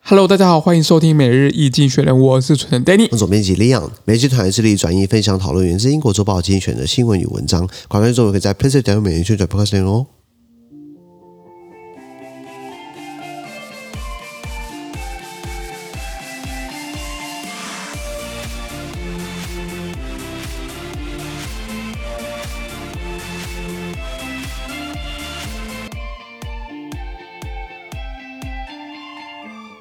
Hello，大家好，欢迎收听每日易经选人，我是主持人 Danny。总编辑 Leon，每日集团致力转译、分享、讨论源自英国《周报》精选的新闻与文章。广告中文可以在 Place 点每日宣转 Podcast 内容哦。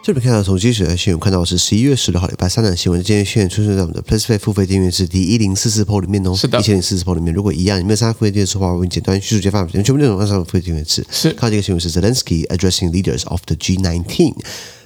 这边看到从记者的新闻看到的是十一月十六号礼拜三的新闻，今天新闻出现在我们的 Plus Pay 付费订阅制第一零四四 PO 里面哦，是的一千零四十 PO 里面。如果一样，你没有参加付费订阅制的话，我们简单叙述解放，全部内容按上付费订阅制。是看到这个新闻是 Zelensky addressing leaders of the G19。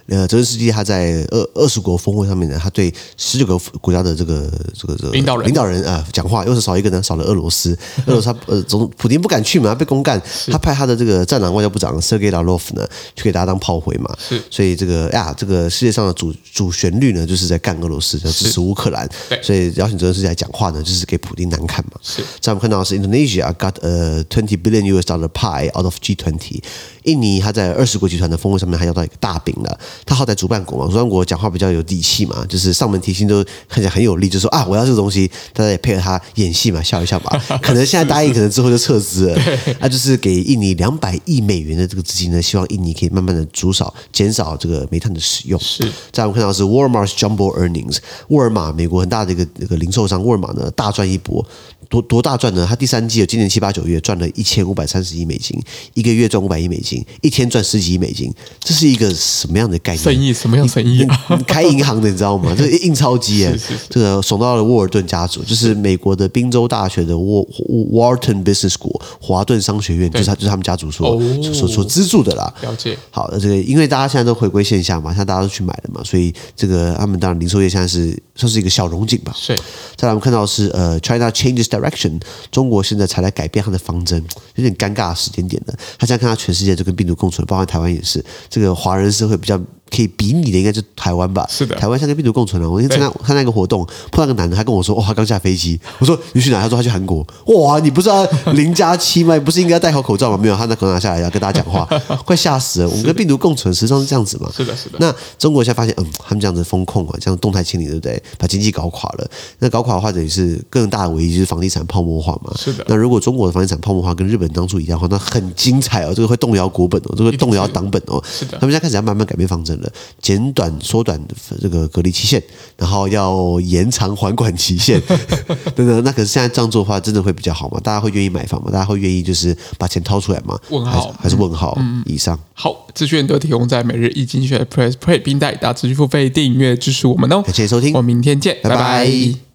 呃，泽连斯基他在二二十国峰会上面呢，他对十九个国家的这个这个这个领导人领导人啊、呃讲话，又是少一个呢，少了俄 罗斯。俄罗斯他呃总普京不敢去嘛，他被公干，他派他的这个战狼外交部长 Sergey Lavrov 呢去给大家当炮灰嘛。所以这个哎呀，这个世界上的主主旋律呢，就是在干俄罗斯，要支持乌克兰对。所以邀请泽连斯基来讲话呢，就是给普京难看嘛。是在我们看到的是 Indonesia got a twenty billion US dollar pie out of G 2 0印尼它在二十国集团的峰会上面还要到一个大饼了。它好歹主办国嘛，主办国讲话比较有底气嘛，就是上门提亲都看起来很有力，就说啊我要这个东西，大家也配合他演戏嘛，笑一笑吧。可能现在答应，可能之后就撤资了。那就是给印尼两百亿美元的这个资金呢，希望印尼可以慢慢的逐少减少这个煤炭的使用。是在我们看到的是 Walmart's jumbo earnings，沃尔玛美国很大的一个那个零售商沃尔玛呢大赚一波，多多大赚呢？它第三季有今年七八九月赚了一千五百三十亿美金，一个月赚五百亿美金，一天赚十几亿美金，这是一个什么样的概念？生意什么样生意啊？嗯开银行的，你知 道吗？这印钞机耶是是是，这个爽到了沃尔顿家族，就是美国的宾州大学的沃沃 Wharton Business School 华顿商学院，就是他就是他们家族所哦所所所资助的啦。了解好，那这个因为大家现在都回归线下嘛，现在大家都去买了嘛，所以这个他们当然零售业现在是算是一个小荣景吧。是再来我们看到的是呃，China changes direction，中国现在才来改变它的方针，有点尴尬的时间点呢。他现在看到全世界都跟病毒共存，包括台湾也是，这个华人社会比较。可以比拟的应该就是台湾吧，是的台湾现在跟病毒共存啊了。我那天参加参加一个活动，碰到一个男的，他跟我说，哇，他刚下飞机。我说你去哪？他说他去韩国。哇，你不是要零加七吗？你不是应该戴好口罩吗？没有，他那口罩拿下来要跟大家讲话， 快吓死了。我们跟病毒共存，实际上是这样子嘛？是的是的那中国现在发现，嗯，他们这样子风控啊，这样动态清理，对不对？把经济搞垮了。那搞垮的话，等于是更大的危机就是房地产泡沫化嘛。是的那如果中国的房地产泡沫化跟日本当初一样的话，那很精彩哦，这个会动摇国本哦，这个会动摇党本哦。是的他们现在开始要慢慢改变方针了，简短缩短这个隔离期限，然后要延长还款期限 等等。那可是现在这样做的话，真的会比较好吗？大家会愿意买房吗？大家会愿意就是把钱掏出来吗？问号嗯还是还是问号以上？好，资讯都提供在每日易经学 Press Play 平台，大家持续付费订阅支持我们哦。感谢收听我们明天见，拜拜拜拜